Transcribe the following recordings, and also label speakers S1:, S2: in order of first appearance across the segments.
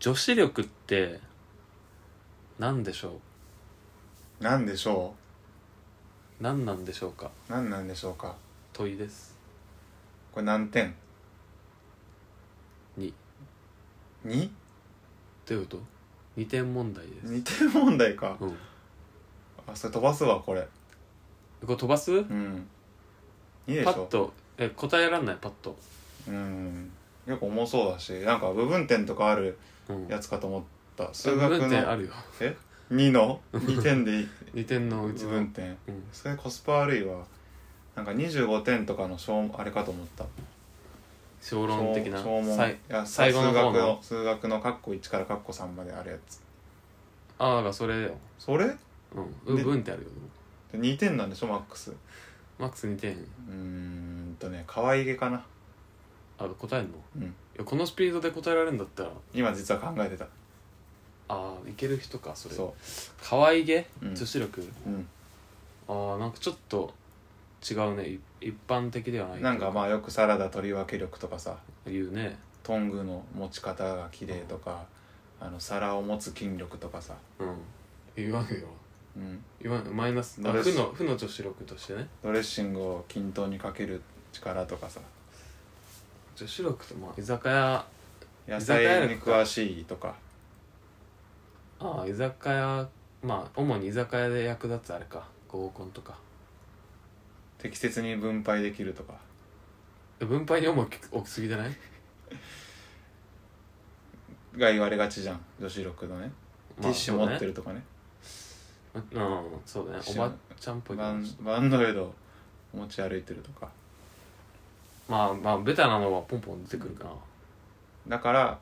S1: 女子力って何でしょ
S2: なんでしょ
S1: う何なんでしょうか
S2: うなんなんでしょうか
S1: 問いです
S2: これ何点
S1: 2
S2: 2?2
S1: どういうこと2点問題です
S2: 点問題か
S1: うん
S2: あそれ飛ばすわこれ
S1: これ飛ばす
S2: うんいいでし
S1: パッ
S2: ょ
S1: とえ答えらんないパッと、
S2: うん結構重そうだしなんか部分点とかある
S1: うん、
S2: やつかと思った数
S1: 数
S2: 学
S1: 学点あ
S2: の
S1: るよ
S2: 2の2 点でいい
S1: 2点のうち
S2: 部
S1: の、
S2: 分
S1: う
S2: 点
S1: ん
S2: それコスパ悪いわなんか25点とかの小あれかと思った
S1: 小論的な
S2: 小小問
S1: さい
S2: いや
S1: 最後の方の
S2: 数学の数学のカッコ1からカッコ3まであるやつ
S1: ああだからそれよ
S2: それ
S1: うん
S2: で
S1: う分ってあるよ
S2: 2点なんでしょマックスう
S1: マックス2点
S2: ーんとね可愛げかな
S1: あ答えんのい
S2: うん
S1: やこのスピードで答えられるんだったら
S2: 今実は考えてた
S1: ああいける人かそれ
S2: そ
S1: 可愛げ、
S2: うん
S1: 女子力
S2: ううん
S1: ああなんかちょっと違うねい一般的ではない
S2: なんかまあよくサラダ取り分け力とかさ
S1: 言うね
S2: トングの持ち方が綺麗とかあの皿を持つ筋力とかさ
S1: うん言わんよ
S2: うん
S1: 言わんマイナスあ
S2: ドレス
S1: 負の負の女子力としてね
S2: ドレッシングを均等にかける力とかさ
S1: 女子力とまあ居酒屋
S2: 野
S1: 居酒屋
S2: 菜
S1: 力
S2: に詳しいとか
S1: ああ居酒屋まあ主に居酒屋で役立つあれか合コンとか
S2: 適切に分配できるとか
S1: 分配に重き置きすぎじゃない、
S2: が言われがちじゃん女子力のねティッシュ持って
S1: る
S2: るとかね,、
S1: うんそうだねおばちゃんっぽい
S2: バ
S1: 感
S2: ン
S1: じ
S2: バンドエイド持ち歩いてるとか
S1: まあまあベタなのはポンポン出てくるかな
S2: だから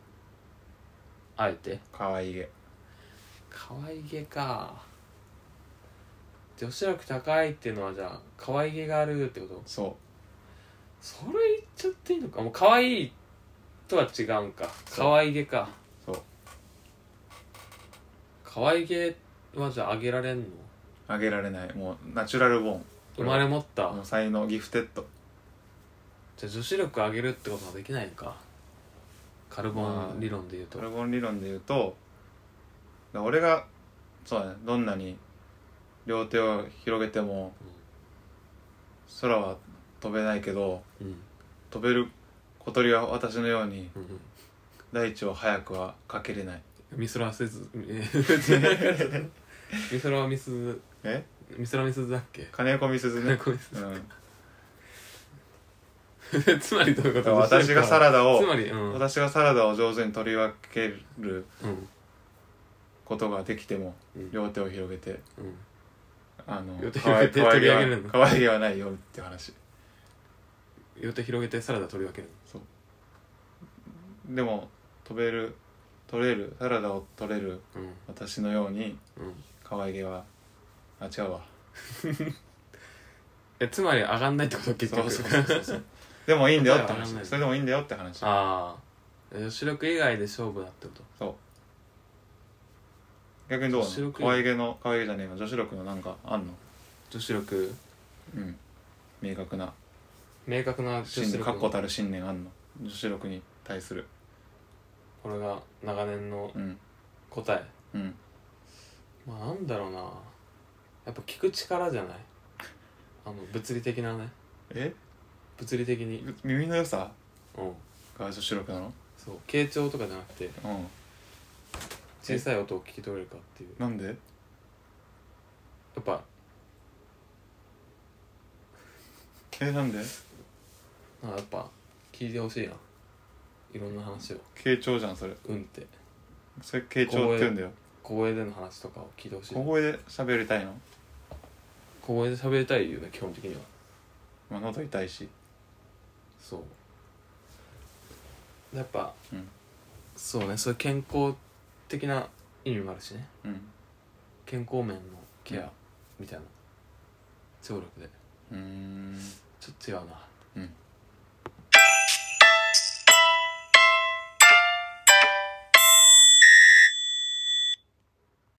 S1: あえて
S2: 可愛げ
S1: 可愛げか女子力高いっていうのはじゃあ可愛げがあるってこと
S2: そ
S1: それ言っちゃっていいのかもう可愛いとは違うんか
S2: そう
S1: 可愛げか
S2: うそう
S1: 可愛げはじゃああげられんの
S2: あげられないもうナチュラルボーン
S1: 生まれ持った、
S2: もう才能ギフテッド
S1: じゃあ女子力上げるってことはできないのかカルボ
S2: ま
S1: ン
S2: あ
S1: 理論で言うと、
S2: ドラゴン理論で言うとだから俺がそうだねどんなに両手を広げても
S1: うん
S2: 空は飛べないけど
S1: うん
S2: 飛べる小鳥は私のように
S1: うんうん
S2: 大地を早くはかけれない
S1: ミスラはせ ずえーミスラはミス
S2: え
S1: ミスラはミスだっけ
S2: 金込みすず ね、
S1: こいつ
S2: うん、
S1: つまりどういうこ
S2: だか
S1: と
S2: ら私がサラダを
S1: つまりうん、うん、
S2: 私がサラダを上手に取り分けることができても
S1: うん
S2: 両手を広げて
S1: うん
S2: あの
S1: 両手
S2: 可愛
S1: 広げて
S2: 可愛げは
S1: 取り上げるの
S2: 可愛げはないよって話
S1: 両手広げてサラダ取り分ける
S2: でも飛べる取れるサラダを取れる
S1: うん
S2: 私のように
S1: うん
S2: 可愛げはあ違うわ
S1: えつまり上がんないってこと結
S2: そう
S1: 局
S2: そうそうそうそうでもいいんだよって
S1: 答えはわかんな
S2: 話
S1: い
S2: それでもいいんだよって話
S1: ああ女子力以外で勝負だってこと
S2: そう逆にどうな
S1: 女子
S2: の
S1: 力
S2: 可愛げの可愛げじゃねえの女子力のなんかあんの
S1: 女子力
S2: うん明確な
S1: 明確な女子
S2: 信念
S1: 力
S2: 確固たる信念あんの女子力に対する
S1: これが長年の
S2: うん
S1: 答え
S2: うん
S1: まあなんだろうなやっぱ聞く力じゃないあの物理的なね
S2: え
S1: 物理的に
S2: 耳の良さ
S1: うん
S2: が女子力なの
S1: そう傾聴とかじゃなくて
S2: うん
S1: 小さい音を聞き取れるかっていう
S2: なんで
S1: やっぱ
S2: えなんで
S1: なんかやっぱ聞いてほしいないろんな話を
S2: 傾聴じゃんそれ
S1: うんって
S2: それ傾聴って言うんだよ
S1: 公園での話とかを聞いてほしい
S2: 小声で喋りたいの
S1: 公園で喋りたいよね基本的には
S2: まあ喉痛いし
S1: そうやっぱ、
S2: うん
S1: そうねそういう健康的な意味もあるしね
S2: うん
S1: 健康面のケ
S2: うん
S1: アみたいな、聴力で
S2: うーん
S1: ちょっと違うな、
S2: うん